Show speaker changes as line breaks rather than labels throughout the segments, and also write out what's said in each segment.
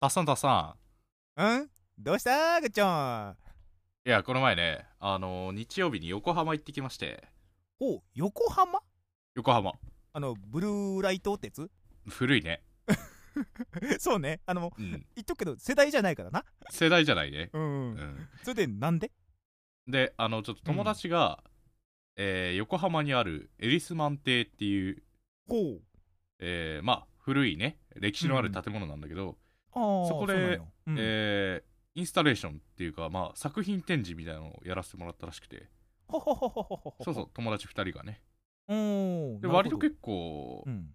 あ、サンタさ
うんどうしたぐっちょん
ん。いや、この前ね、あのー日曜日に横浜行ってきまして。
お横浜
横浜。
あのブルーライトってやつ
古いね。
そうねあの
うん。
言っとくけど世代じゃないからな
世代じゃないね。
う、
うんん。
それでなんで
で、あの、ちょっと友達が、えー横浜にあるエリスマン邸っていう、
ほう
えーまあ、古いね、歴史のある建物なんだけど、
ああ
そこで
うなんやうん
えーインスタレーションっていうか、まあ、作品展示みたいなのをやらせてもらったらしくて、
ほほほほほほほ
そうそう、友達2人がね。
うー
で、
んなるほど
割と結構
う、ん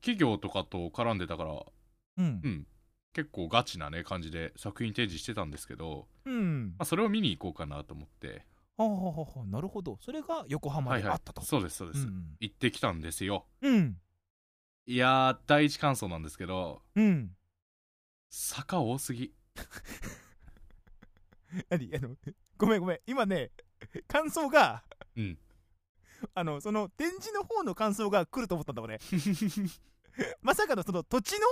企業とかと絡んでたから、
うん
うん、結構ガチなね感じで作品展示してたんですけど、
うん
まあ、それを見に行こうかなと思って
はあはあはあはあなるほどそれが横浜
はい
で
はい
あったと、
そうですそうです、
うん
行ってきたんですよ
うん
いやー第一感想なんですけど
うん
坂多すぎ
何あ のごめんごめん今 ね感想が
うん
あのその展示の方の感想が来ると思った んだ俺まさかのその土地の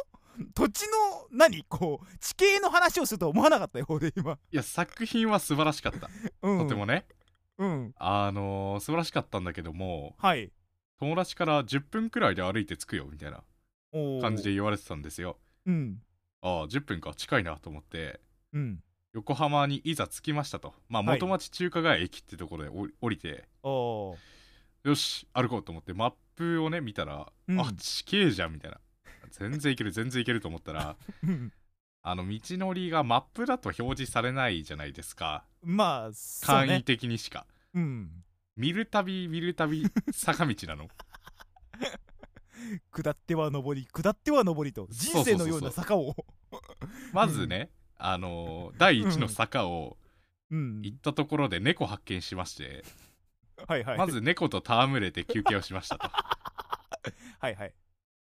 土地の何こう地形の話をするとは思わなかったよ俺今、
いや作品は素晴らしかった、
うん、
とてもね
うん
あのー、素晴らしかったんだけども
はい
友達から10分くらいで歩いて着くよみたいな
おー
感じで言われてたんですよ
うん
ああ10分か近いなと思って
うん
横浜にいざ着きましたとまあ
はい
元町中華街駅ってところで降り降りて、
おー
よし歩こうと思ってマップをね見たら、
うん
あ地形じゃんみたいな全然いける全然いけると思った ら
うん
あの道のりがマップだと表示されないじゃないですか
まあそう
簡易
ね
的にしか、
うん
見るたび見るたび坂道なの
下っては上り下っては上りと人生のような坂を
まずね、あのー第一の坂を
うん
行ったところで猫発見しまして、
はいはい
まず猫と戯れて休憩をしましたと
はいはい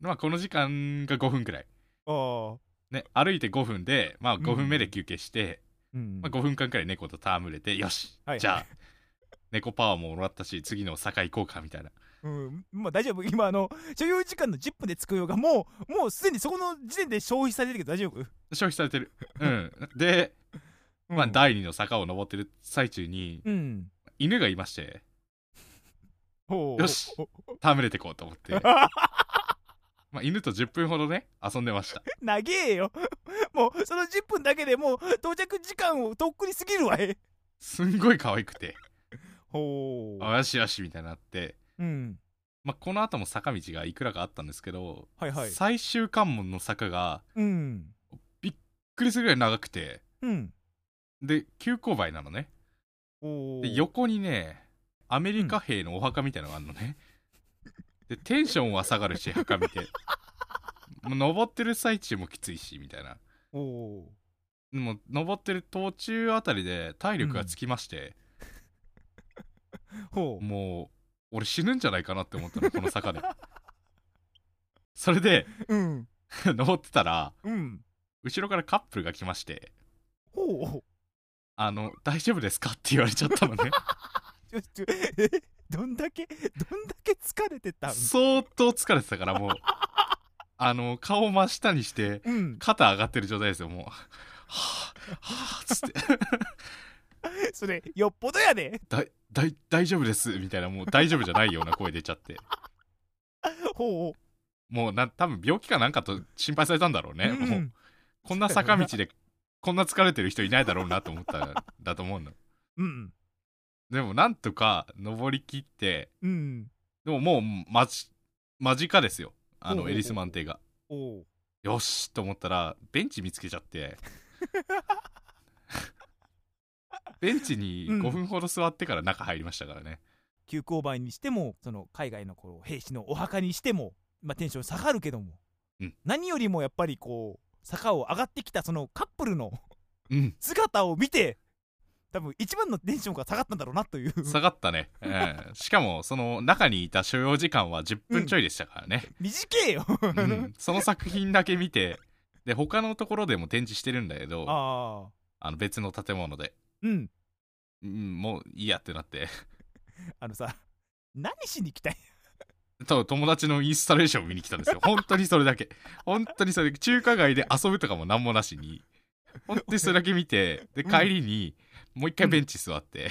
まあこの時間が5分くらい
あー
ね歩いて5分でまあ
ん
5分目で休憩して、
うん
まあ、5分間くらい猫と戯れてよし、
はい
じゃあ猫パワーももらったし次の坂行こうかみたいな
うん、まあ大丈夫今あの所有時間の10分で作ようがもうもうすでにそこの時点で消費されてるけど大丈夫、
消費されてるうんで、まあ、
うん
第2の坂を登ってる最中に
うん
犬がいまして
ほう
よし
ほう
戯れてこうと思って、まあ、犬と10分ほどね遊んでました
長えよ もうその10分だけでもう到着時間をとっくに過ぎるわえ
すんごい可愛くて
ほ
あよしよしみたいになって、
ううん
まあ、この後も坂道がいくらかあったんですけど、
はいはい
最終関門の坂が
うん
びっくりするぐらい長くて
うん
で急勾配なのね
お
で横にねアメリカ兵のお墓みたいなのがあるのね、でテンションは下がるし墓見 てもう登ってる最中もきついしみたいな
お
もう登ってる途中あたりで体力がつきまして、
ほう
もう俺死ぬんじゃないかなって思 ったのこの坂でそれで
うん
登ってたら
うん
後ろからカップルが来まして
ほ
「あの大丈夫ですか?」って言われちゃったの ね
うちょちょえどんだけどんだけ疲れてたん
相当疲れてたからもうあの顔真下にして
うん
肩上がってる状態ですよもうはあはあつって
それよっぽどやで
だだい 大丈夫ですみたいなもう大丈夫じゃないような声出ちゃって
ほ
もうな多分病気かなんかと心配されたんだろう
う
ね、
うん
もうこんな坂道でこんな疲れてる人いないだろうなと思ったんだと思うの
うん
でもなんとか登りきって
うん
でももうまじ間近ですよあ
おうおうお
の
う
エリスマン邸が
おう
よしと思ったらベンチ見つけちゃって ベンチに5分ほど座ってから中入りましたからね、
急勾配にしてもその海外のこう兵士のお墓にしても、まあ、テンション下がるけども、
うん
何よりもやっぱりこう坂を上がってきたそのカップルの
うん、
姿を見て多分一番のテンションが下がったんだろうなという
下がったね、うん、しかもその中にいた所要時間は10分ちょいでしたからね、
短えよ、
うんその作品だけ見てで他のところでも展示してるんだけどあ
ああ
の別の建物で、
うん
うん、もういいやってなって
あのさ何しに来たんや
多分友達のインスタレーションを見に来たんですよ。本当にそれだけ。本当にそれだけ。中華街で遊ぶとかも何もなしに。本当にそれだけ見て、で、
うん
帰りに、もう一回ベンチ座って、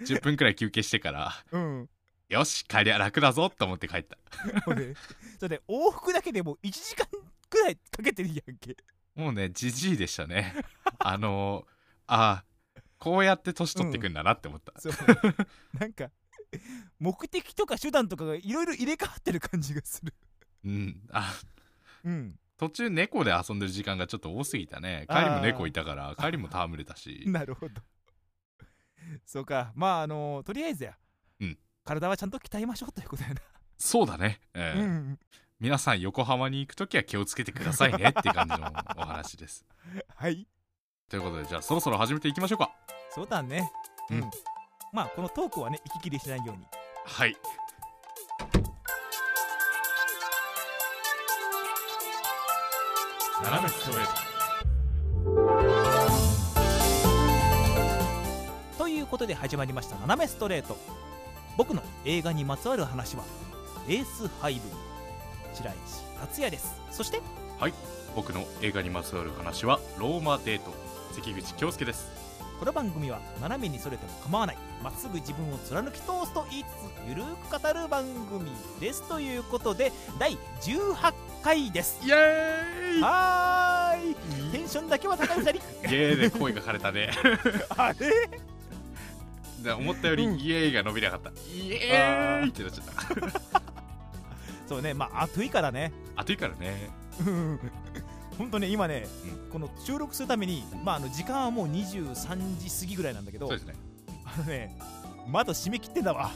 10分くらい休憩してから、
うん
よし、帰りは楽だぞと思って帰った。
ほ んでそれで往復だけでもう1時間くらいかけてるやんけ
もうね、じじいでしたね。 あのー、あーこうやって年取ってくんだなって思った。
そうなんか目的とか手段とかがいろいろ入れ替わってる感じがする
うん、あ、
うん
途中猫で遊んでる時間がちょっと多すぎたね。帰りも猫いたから、帰りも戯れたし。
なるほどそうかまああのとりあえずや、
うん
体はちゃんと鍛えましょうということやな、
そうだね。ええ
うん
皆さん横浜に行くときは気をつけてくださいねって感じのお話 です。
はい
ということでじゃあそろそろ始めていきましょうか。
そうだね
うん
まあこのトークはね息切れしないように
はい。斜めストレー
ということで始まりました「斜めストレート」僕の映画にまつわる話はエースハイブ白石達也ですそして
ト僕の映画にまつわる話はローマデート関口京介です。
この番組は斜めにそれても構わないまっすぐ自分を貫き通すと言いつつゆるーく語る番組ですということで第18回です
イエー
はーい
イ
テンションだけは高い2人
イエーで声が枯れたね。
あれ
で思ったより
うん
イエーイが伸びなかった。イエーイってなっちゃった。
そうねまあ暑いからね
あといいからね。
うん本当ね今ね、
う
この収録するために、まあ、あの時間はもう23時過ぎぐらいなんだけど
そうですね。
あのね窓閉め切ってんだわ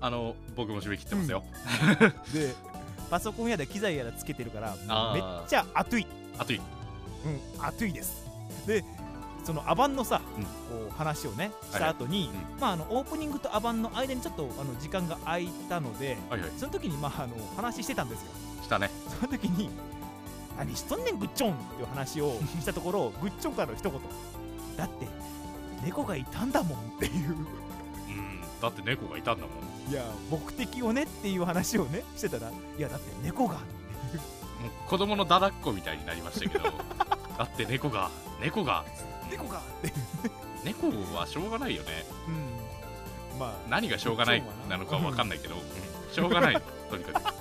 あの僕も締め切ってますよ。
でパソコンやら機材やらつけてるから
あ
めっ
ー
ちゃ暑い
あといい。
うん暑いですでそのアバンのさ、
うん
こう話をねし
はいは
た
い
後に、まああのオープニングとアバンの間にちょっとあの時間が空いたので
はいはい。
その時にまああの話してたんですよ
したね。
その時に「何しとんねんグッチョン!」っていう 話をしたところグッチョンからの一言「だって猫がいたんだもん」っていう
うん。だって猫がいたんだもん。
いや目的をねっていう話をねしてたら「いやだって猫が」
もう子供のだだっこみたいになりま したけどだって猫が猫が
猫がって、
猫はしょうがないよね
うん、まあ
何がしょうがないなのかわかんないけど、うんしょうがないとにか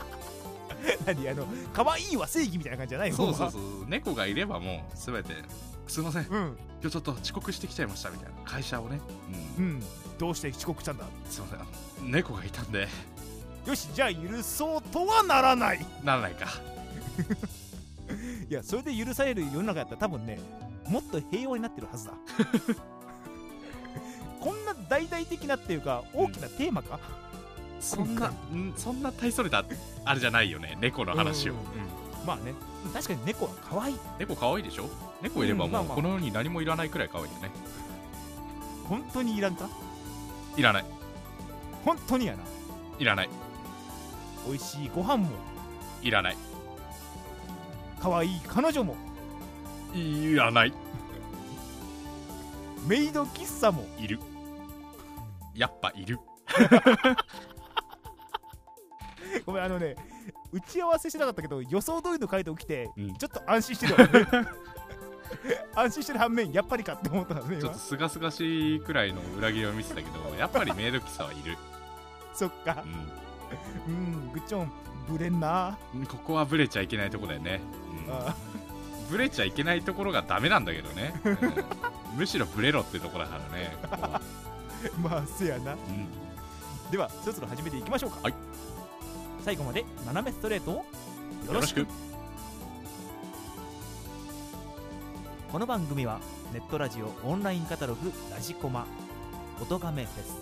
何あの可愛いは正義みたいな感じじゃない
く
の
そうそうそう猫がいればもう全てすいません今
うん、
日ちょっと遅刻してきちゃいましたみたいな会社をね、
う、
うん
どうして遅刻したんだ
ん、すいませんあの猫がいたんで
よしじゃあ許そうとはならない
ならないか
いやそれで許される世の中だったら多分ねもっと平和になってる はずだこんな大々的なっていうか大きなテーマか、
そんなうんそんな大それたあれじゃないよね猫の話を、
うん
うん
まあね確かに猫は可愛い
猫可愛いでしょ猫いれば
うんまあ
もう
まあ
この世に何もいらないくらい可愛いよね
本当にいらんか
いらない
本当にやない
らない
美味しいご飯も
いらない
可愛い彼女も
いらない
メイド喫茶も
いるやっぱいる
ごめんあのね打ち合わせしてなかったけど予想通りの回答来て、
うん
ちょっと安心してるわ 安心してる反面やっぱりかって思ったのね
ちょっ
今
とすがすがしいくらいの裏切りを見せたけどやっぱりメイド喫茶はいる、
そっかうんグッチョンブレんな
うん、ここはブレちゃいけないとこだよね、
あ
うん、ブレちゃいけないところがダメなんだけど ね、うんむしろブレろってとこだからねここは
ーまあせやな
うん
ではそろそろ始めていきましょうか、
はい
最後まで斜めストレートをよ
よ
ろ
ろ
し
し
く
く
この番組はネットラジオオンラインカタログ「ラジコマ」「音亀フェス」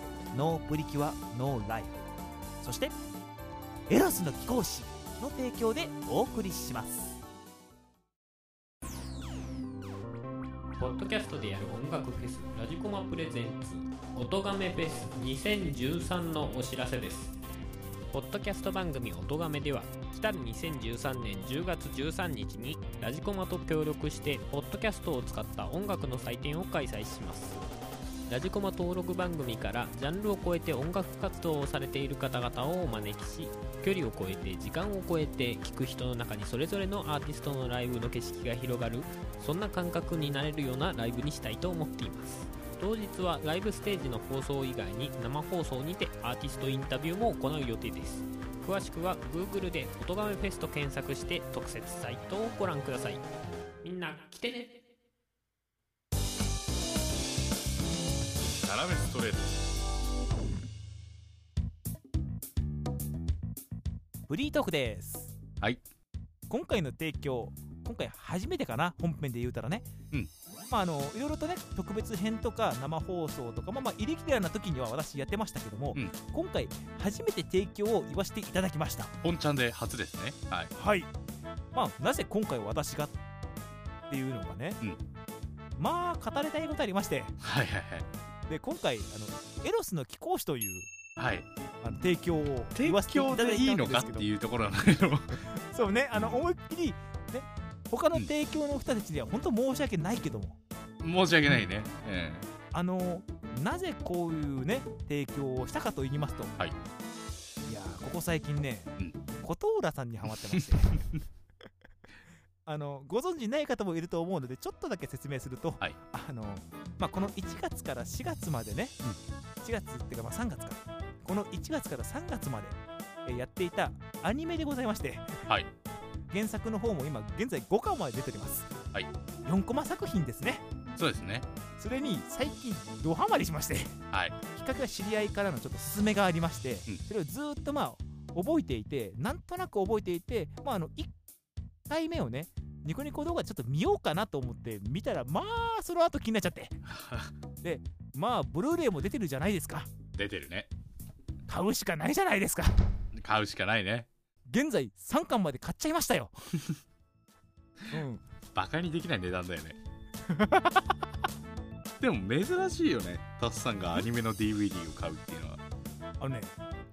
「ノープリキュアノーライフ」そして「エロスの貴公子」の提供でお送りします
ポッドキャストでやる音楽フェスラジコマプレゼンツ音亀フェス2013のお知らせですポッドキャスト番組「音亀では来たる2013年10月13日にラジコマと協力してポッドキャストを使った音楽の祭典を開催しますラジコマ登録番組からジャンルを超えて音楽活動をされている方々をお招きし距離を超えて時間を超えて聴く人の中にそれぞれのアーティストのライブの景色が広がるそんな感覚になれるようなライブにしたいと思っています当日はライブステージの放送以外に生放送にてアーティストインタビューも行う予定です詳しくは Google で「音亀フェス」と検索して特設サイトをご覧くださいみんな来てね
斜めストレート
フリートークです
はい
今回の提供今回初めてかな本編で言うたらね、
うん
まああのいろいろとね特別編とか生放送とかまあまあイレギュラーな時には私やってましたけども、
うん
今回初めて提供を言わせていただきました
本ちゃんで初ですねはい
はいまあなぜ今回私がっていうのがね、
うん
まあ語りたいことありまして
はいはい
で今回あのエロスの貴公子という
はいはい
あの提供を言
提
わせてい
供
ただ
で
い
い
た
い
ん
の
で
か
す
っ
け
て
ど
いうところなんだけど
そうねあの思いっきりね他の
うん
提供の人たちには本当申し訳ないけども、
申し訳ないね、え
あのなぜこういうね提供をしたかと言いますと、
はい
やーここ最近ね、
うん
琴浦さんにハマって ましてあのご存知ない方もいると思うのでちょっとだけ説明すると、
はい
あのまあ、この1月から4月までね、4月っていうかまあ3月からこの1月から3月までえーやっていたアニメでございまして、
はい
原作の方も今現在5巻まで出ております、
はい
4コマ作品ですね
そうですね
それに最近ドハマりしまして
はい
企画は知り合いからのちょっと勧めがありまして、
うん
それをずーっとまあ覚えていてなんとなく覚えていて、まあ、あの1回目をねニコニコ動画でちょっと見ようかなと思って見たらまあその後気になっち ゃってまあブルーレイも出てるじゃないですか
出てるね
買うしかないじゃないですか
買うしかないね
現在3巻まで買っちゃいまし たよ、うん、
バカにできない値段だよ ねでも珍しいよねタスさんがアニメの DVD を買うっていうのは
あのね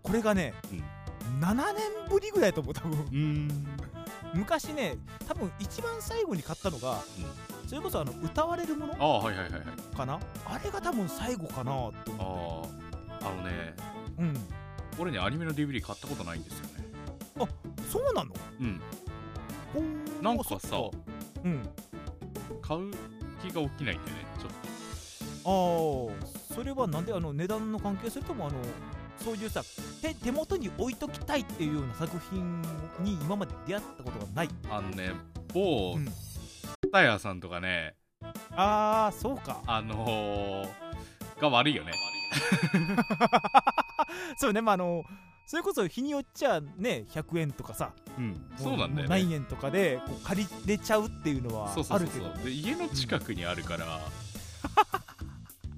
これがね、
うん
7年ぶりぐらいだと思う多分
うーん
昔ね多分一番最後に買ったのが、それこそあの歌われるもの
ああはいはいはいはい
かなあれが多分最後かなと
あ
思
ああのね
ってうん
俺ねアニメの DVD 買ったことないんですよね
そうなの
うん
ほー
なんかさ
そっうん
買う気が起きないんだよねちょっと
ああそれはなんであの値段の関係それともあのそういうさ手手元に置いときたいっていうような作品に今まで出会ったことがない
あのね某
うん
タヤさんとかね
ああそうか
あのー、が悪いよね
そうねまああのそれこそ日によっちゃね100円とかさ
うん
も
そうなんだよ
も
ね
何円とかでこう借りれちゃうっていうのは
そうそ
あ
うそ
る
う
けど
そうで家の近くにあるから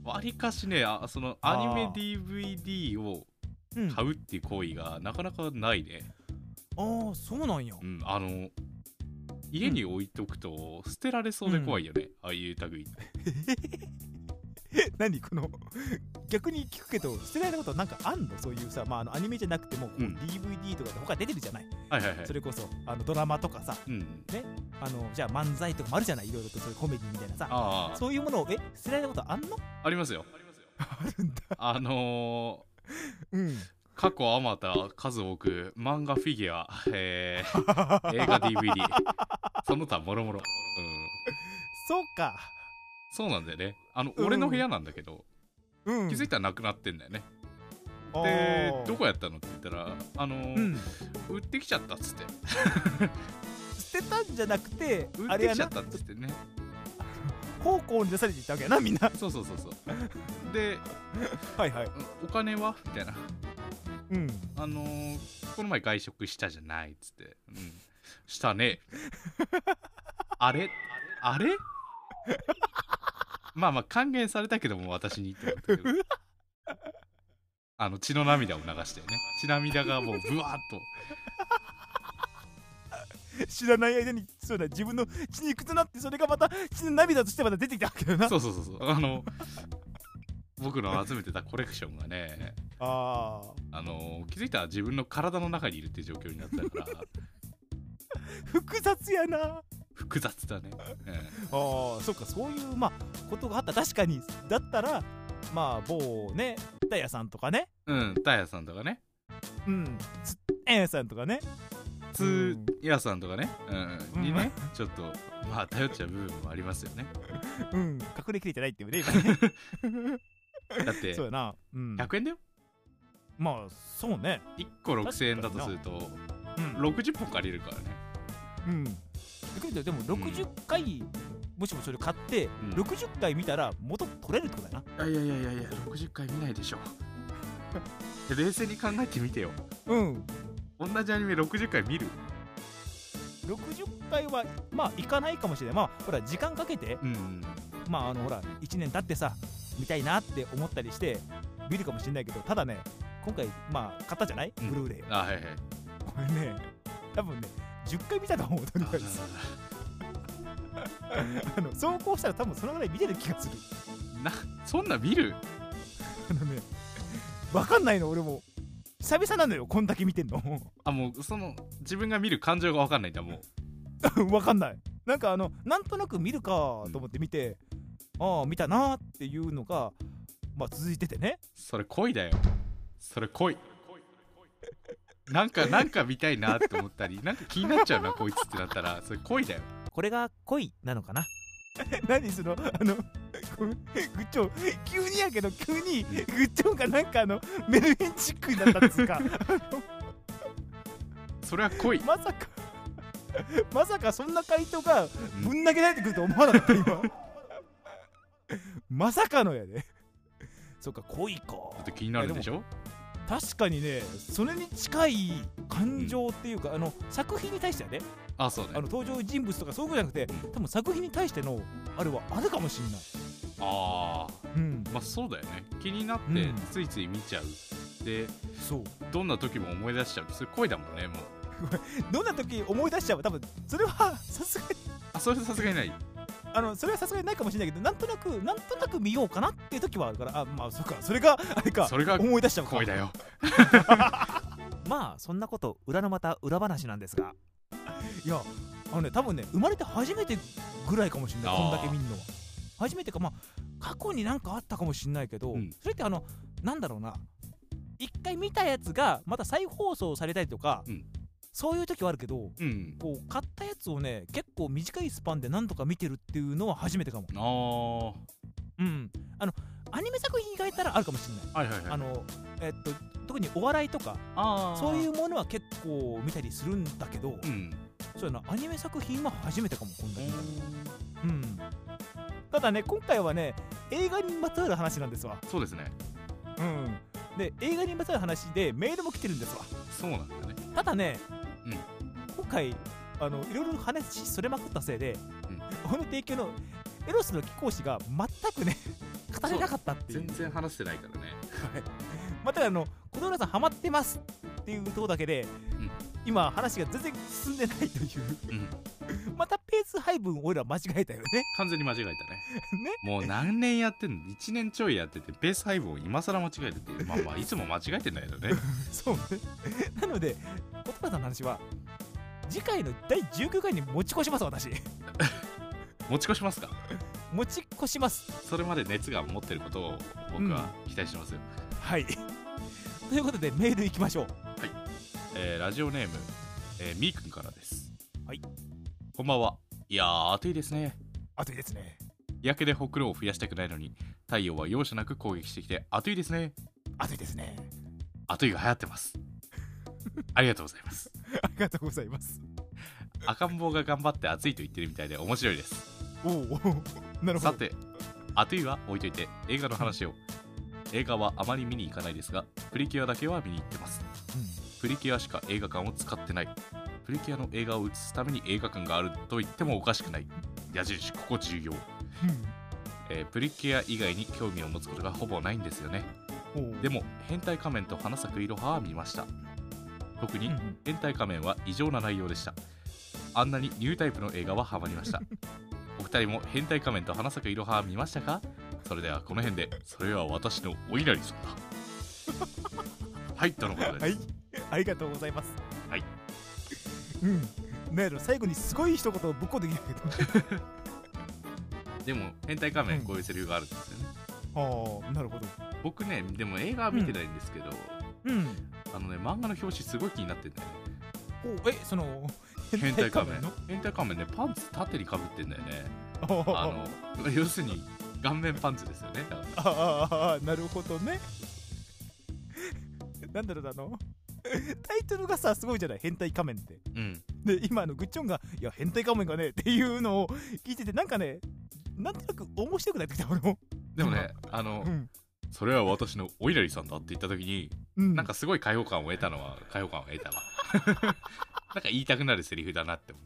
わり、かしねあそのアニメ
あ
DVD を
うんあ
買うっていう行為がなかなかないね、
あーそうなんや
うん、あの家に置いとくと捨てられそうで怖いよね、ああいう類って
何この逆に聞くけど捨てられたことなんかあんのそういうさ、まあ、あのアニメじゃなくてもこう
うん
DVD とかで他出てるじゃない、
はいはいはい
それこそあのドラマとかさ
うん
あのじゃあ漫才とかもあるじゃないいろいろとそういうコメディみたいなさ
ああ
そういうものをえ捨てられたことあんの
ありますよ
あるんだ
あの
うん
ー過去あまた数多く漫画フィギュア、え ー映画 DVD その他もろもろうん
そうか
そうなんだよねあの、
うん
俺の部屋なんだけど
うん
気づいたらなくなってんだよね、
あ
で
ー
どこやったのって言ったらあのー
うん
売ってきちゃったっつって
捨てたんじゃなくて
売
あ
っ
れ
て
や
きちゃ
な
ったっつってね
奉公に出されていたわけやなみんな
そうそうそうそうで
はいはい
お金はみたいな
うん
あのーこの前外食したじゃないっつって、うん、したねあれあれまあまあ還元されたけども私にってことだけどあの血の涙を流してね血涙がもうブワーッと
知らない間にそうだ自分の血肉となってそれがまた血の涙としてまた出てきたわけだな
そうそうそうそうあの僕の集めてたコレクションがね
ああ
あの気づいたら自分の体の中にいるっていう状況になったから
複雑やなあ
複雑だね、うん
あそうかそういうまあことがあった確かにだったらまあ某ねダイヤさんとかね
うんタイヤさんとかね
うんつエンさんとかね
ツーヤさんとかね、うん、に
う
ねちょっとまあ頼っちゃう部分もありますよね
うん隠れきれてないっていうね今ね
だって
そうやな、うん、
100円だよ
まあそうね
1個6000円だとすると
うん、
60本借りるからね
うん、だけどでも60回、もしもそれ買って、
うん
60回見たら元取れるってことだない
やいやいやいやいや60回見ないでしょ 冷静に考えてみてよ
うん
同じアニメ60回見る
60回はまあいかないかもしれないまあほら時間かけて
うん
まああのほら1年経ってさ見たいなって思ったりして見るかもしれないけどただね今回まあ買ったじゃない、
うん
ブルーレイ
あ はいはい
これね多分ね10回見たと思うとりあえずあの走行したら多分そのぐらい見てる気がする
なそんな見る
あのねわかんないの俺も久々なのよこんだけ見てんの
あもうその自分が見る感情が分かんないんだもう
わかんないなんかあのなんとなく見るかと思って見てああ見たなーっていうのがまあ続いててね
それ恋だよそれ恋なん かなんか見たいなって思ったりなんか気になっちゃうなこいつってなったらそれ恋だよ
これが恋なのかな 何そのあのこうグッチョン急にやけど急にグッチョンがなんかあのメルヘンチックになったっつうか
それは恋、
まさかまさかそんな回答が
う
ぶ
ん
ん投げられてくると思わなかった今 まさかのやでそっか恋か
ちょっと気になるでしょ
確かにねそれに近い感情っていうか、あの作品に対してはね
あそう
あ
ね
の登場人物とかそういうことじゃなくて多分作品に対してのあれはあるかもしんない
ああ
うん
まあそうだよね気になって
うん
ついつい見ちゃう、で
そう
どんな時も思い出しちゃうそれ恋だもんねもう
どんな時思い出しちゃう多分それはさすがに
あそれさすがにない
あのそれはさすがにないかもしれないけどなんとなくなんとなく見ようかなっていう時はあるからあまあそうかそれがあれか
それが
思い出しちゃうか
恋だよ
まあそんなこと裏のまた裏話なんですがいやあのね多分ね生まれて初めてぐらいかもしれない
あ
こん
ー
だけ見んのは初めてかまあ過去になんかあったかもしれないけど、
うん
それってあのなんだろうな一回見たやつがまた再放送されたりとか、
うん
そういう時はあるけど
うん
こう買ったやつをね結構短いスパンで何度か見てるっていうのは初めてかも
ああは
うんあのアニメ作品以外いたらあるかもしれない
いはいはい
あのえっと特にお笑いとか
あー
そういうものは結構見たりするんだけど、
うん
そうやなアニメ作品は初めてかもこんなに、うん、ただね今回はね映画にまつわる話なんですわ、
そうですね
うん、で映画にまつわる話でメールも来てるんですわ
そうなんだね
ただね、
うん
今回あのいろいろ話それまくったせいで、
うん
俺の提供のエロスの貴公子が全くね語れなかったっていう
全然話してないからね
またあの小野寺さんハマってますっていうとこだけで、
ん
今話が全然進んでないという
うん
またペース配分俺ら間違えたよね
完全に間違えたね
ね
もう何年やってんの1年ちょいやっててペース配分を今更間違えててまあ まあいつも間違えてんだけどね
そうねなので小野寺さんの話は次回の第19回に持ち越します私
持ち越しますか
持ち越します
それまで熱が持ってることを僕は期待してますよ、
はいということでメールいきましょう
えーラジオネーム、えーみーくんからです
はい
こんばんはいやー暑いですね
暑いですね
日焼けでほくろを増やしたくないのに太陽は容赦なく攻撃してきて暑いですね
暑いですね
暑いが流行ってます ありがとうございます
ありがとうございます
赤ん坊が頑張って暑いと言ってるみたいで面白いです
おお な るほど
さて暑いは置いといて映画の話を映画はあまり見に行かないですがプリキュアだけは見に行ってますプリキュアしか映画館を使ってないプリキュアの映画を映すために映画館があると言ってもおかしくない矢印ここ重要、えープリキュア以外に興味を持つことがほぼないんですよね
うん、うんおう
でも変態仮面と花咲くいろはは見ました特に
うんうん
変態仮面は異常な内容でしたあんなにニュータイプの映画はハマりま したお二人も変態仮面と花咲くいろはは見ましたかそれではこの辺でそれは私のお稲荷さんだ はいとのことです、
はい、ありがとうございます。
はい。
うん。なんやろ、最後にすごい一言をぶっこんできたけど。
でも変態仮
う
面
ん
こういうセリフがあるんですよね、
はあなるほど
僕ねでも映画は見てないんですけど、
うん
あのね漫画の表紙すごい気になってんだよね
おえその
変態仮面
の
変態仮面ねパンツ縦にかぶってんだよねあ
あ
の要するに顔面パンツですよねだから
あああなるほどねなんだろうなあのタイトルがさすごいじゃない変態仮面って
うん
で今あのグッチョンが「いや変態仮面がね」っていうのを聞いててなんかねなんとなく面白くなってきた俺も
でもねあの
うん、
それは私のお稲荷さんだって言った時に
うん、
なんかすごい解放感を得たのは解放感を 得たわなんか言いたくなるセリフだなって思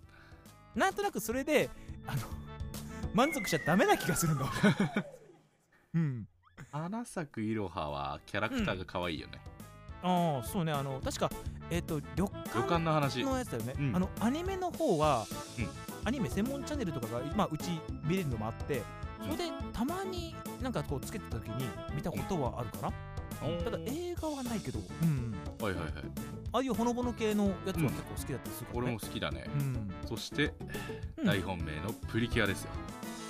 う
なんとなくそれであの満足しちゃダメな気がするんだ俺 うん
花咲くいろははキャラクターが可愛いよね、
ああそうねあの確かえっ、と旅
旅館
館
の話
のやつだよね、
うん
あのアニメの方は、
うん
アニメ専門チャンネルとかが、まあ、うち見れるのもあってそれでたまになんかこうつけてた時に見たことはあるかな、
うん
ただ映画はないけど、うん、
はいはいはい
ああいうほのぼの系のやつは結構好きだったりするから
俺
ね
も、好きだね、
うん
そして、
うん
大本命のプリキュアですよ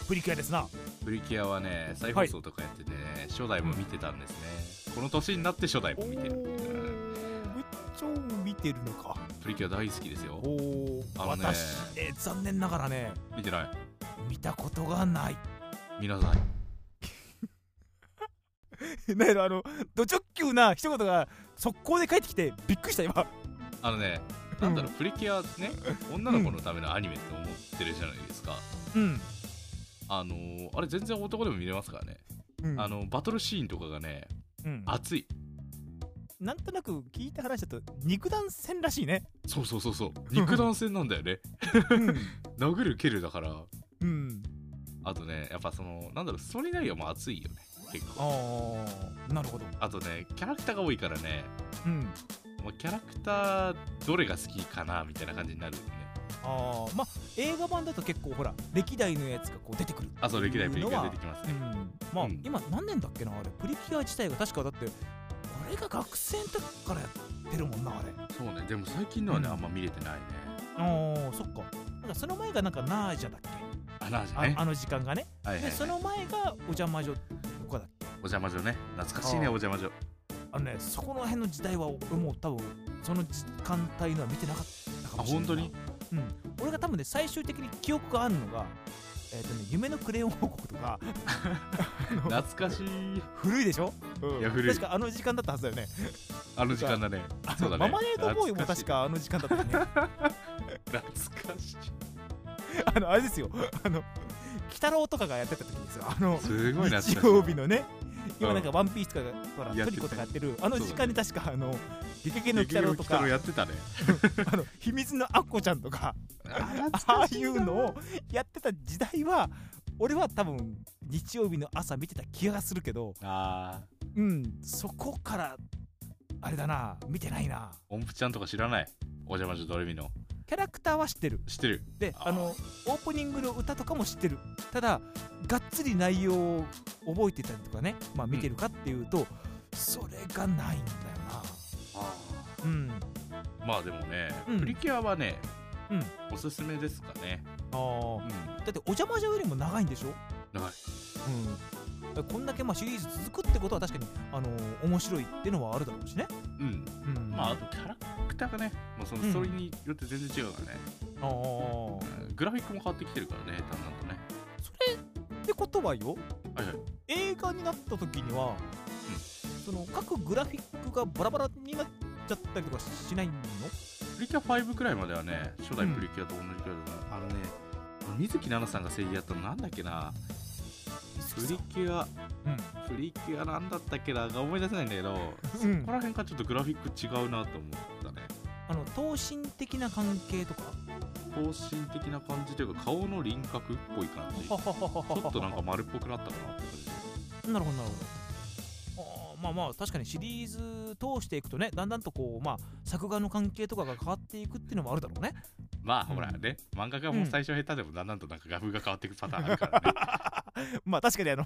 プリキュアですな
プリキュアはね再放送とかやっててね、初代も見てたんですねこの年になって初代も見てるうん
超見てるのか
プリキュア大好きですよ
おお
あのね
私、えー残念ながらね
見てない
見たことがない
見なさい
なんやろあのド直球な一言が速攻で帰ってきてびっくりした今
あのねなんだろう、プリキュアね女の子のためのアニメって思ってるじゃないですか、
うん、
あのーあれ全然男でも見れますからね、
うん、
あ、のバトルシーンとかがね
うん、
熱い
なんとなく聞いた話だと肉弾戦らしい ね
そうそうそうそう肉弾戦なんだよね
うん、
殴る蹴るだから
うん、
あとねやっぱそのなんだろうストーリー内容も熱いよね結構
ああなるほど
あとねキャラクターが多いからね
うん
まあキャラクターどれが好きかなみたいな感じになるよね
ああまあ映画版だと結構ほら歴代のやつがこう出てくる
あそう歴代プリキュア
のは
出てきます
う
ね
んまあ、
うん
今何年だっけなあれプリキュア自体が確かだって俺が学生の時からやってるもんなあれ
そうねでも最近のはね
うん
あんま見れてないね
ああそっかなんかその前がなんかナージャだっけ
あなじゃ
あ
ね
あの時間がね
はいはいは
で
い
その前がお邪魔女とかだっけ
お邪魔女ね懐かしいね
あ
お邪魔女
あのねそこの辺の時代は俺もう多分その時間帯のは見てなかったかもしれない
あ本
当にうん俺が多分ね最終的に記憶があるのがえっ、とね夢のクレヨン王国とか
懐かしい
古いでしょ、うん
いや古い
確かあの時間だったはずだよね
あの時間だねそうだね
ママネードボーイも確かあの時間だったよね
懐かしい
あのあれですよあの鬼太郎とかがやってた時にさあの
すごい懐かしい
日曜日のね
う
今
ん
なんか「ワンピースとかがほ
やってたね
らトリコとかやってるあの時間に確かあの「ゲゲゲの
の
鬼太郎」とか
やってたね
あの秘密のアッコちゃんとかあ
あ
あいうのをやってた時代は俺は多分日曜日の朝見てた気がするけど
あー
うんそこからあれだな見てないな
音符ちゃんとか知らないお邪魔女ドレミの
キャラクターは知ってる
知ってる
で
あー
あのオープニングの歌とかも知ってるただがっつり内容を覚えてたりとかね、まあ、見てるかっていうと、それがないんだよなうん
まあでもね、
うん
プリキュアはね、
うん
おすすめですかね、
あー
う
だってお邪魔女よりも長いんでしょ
ん、長い
うん、こんだけまあシリーズ続くってことは確かに、あのー面白いっていうのはあるだろうしね、
うん
うん
まああとキャラクターがね、まあ、その
うん
ストーリーによって全然違うからね、
あー
うんグラフィックも変わってきてるからねだんだんとね
それってことはよ
はいはい
映画になった時には、
うん
その各グラフィックがバラバラになっちゃったりとかしないの
プリキュア5くらいまではね初代
うん
プリキュアと同じくらいだな、あのね水木奈々さんが声優やったのなんだっけなプリキュアプリキュアなんだったっけな思い出せないんだけど
うん、う
こ
ん
こ、ら辺からちょっとグラフィック違うなと思ったね
あの等身的な関係とか
方針的な感じというか顔の輪郭っぽい感じち
ははははは
ょっとなんか丸っぽくなったかなって感じ
なるほどなるほどあーまあまあ確かにシリーズ通していくとねだんだんとこうまあ作画の関係とかが変わっていくっていうのもあるだろうね
まあ
うん
ほらね、漫画がもう最初下手でもだんだんとなんか画風が変わっていくパターンあるからね
まあ確かにあの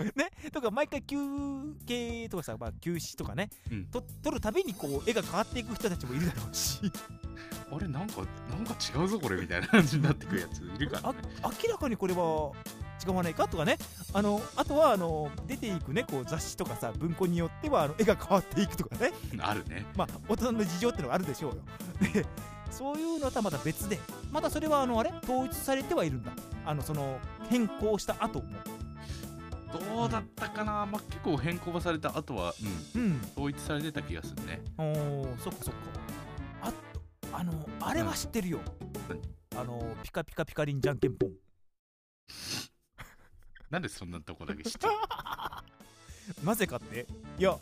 ねとか毎回休憩とかさ、まあ、休止とかね、
うん
と撮るたびにこう絵が変わっていく人たちもいるだろう し
あれなんかなんか違うぞこれみたいな感じになってくるやついるからね
明らかにこれは違わないかとかねあのあとはあの出ていく、ね、こう雑誌とかさ文庫によってはあの絵が変わっていくとかね、
あるね
まあ、大人の事情ってのがあるでしょうよ。 でそういうのとはまた別でまたそれはあのあれ統一されてはいるんだあのその変更した後も、
どうだったかな、まあ、結構変更された後は、うん、
うん、
統一されてた気がするね
おーそっかそっかああのあれは知ってるよ、
何
あのピカピカピカリンじゃんけんぽん
なんでそんなとこだけ知って る
なぜかっていや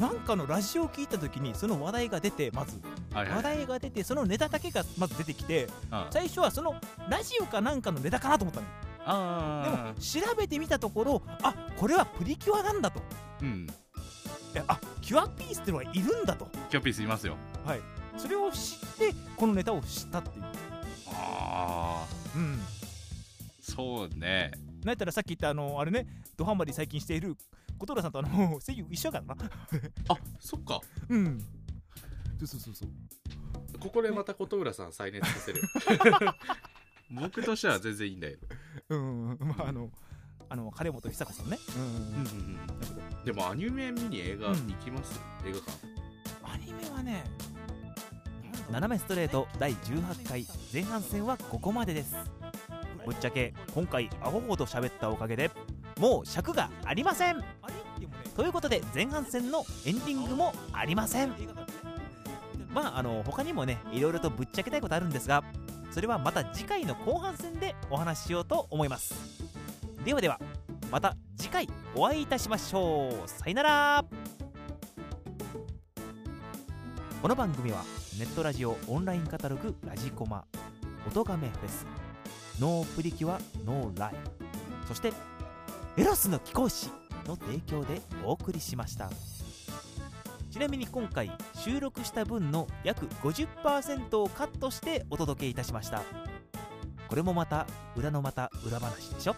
なんかのラジオを聞いた時にその話題が出てまず
はいは
話
い
題が出てそのネタだけがまず出てきて
あ
最初はそのラジオかなんかのネタかなと思ったのよでも
あ
調べてみたところあこれはプリキュアなんだと
ーうん
えあキュアピースってのはいるんだと
キャピースいますよ
はいそれを知ってこのネタを知ったっていう
ああ
うん
そうね
なんやったらさっき言ったあのあれねドハマり最近している小トラさんとあの 声優一緒やからな
あそっか
うんそうそうそうそう
ここでまた琴浦さん再熱させ る僕としては全然いいんだけど、
うんうんうんまああのあの金本久子さんねうんうんうん
でもアニメ見に映画行きます、映画館
アニメはね斜めストレート第18回前半戦はここまでですぶっちゃけ今回アホほど喋ったおかげでもう尺がありませんということで前半戦のエンディングもありませんまああの他にもねいろいろとぶっちゃけたいことあるんですがそれはまた次回の後半戦でお話ししようと思いますではではまた次回お会いいたしましょうさよならこの番組はネットラジオオンラインカタログラジコマ音亀フェスノープリキュアノーライブそしてエロスの貴公子の提供でお送りしましたちなみに今回収録した分の約50%をカットしてお届けいたしましたこれもまた裏のまた裏話でしょ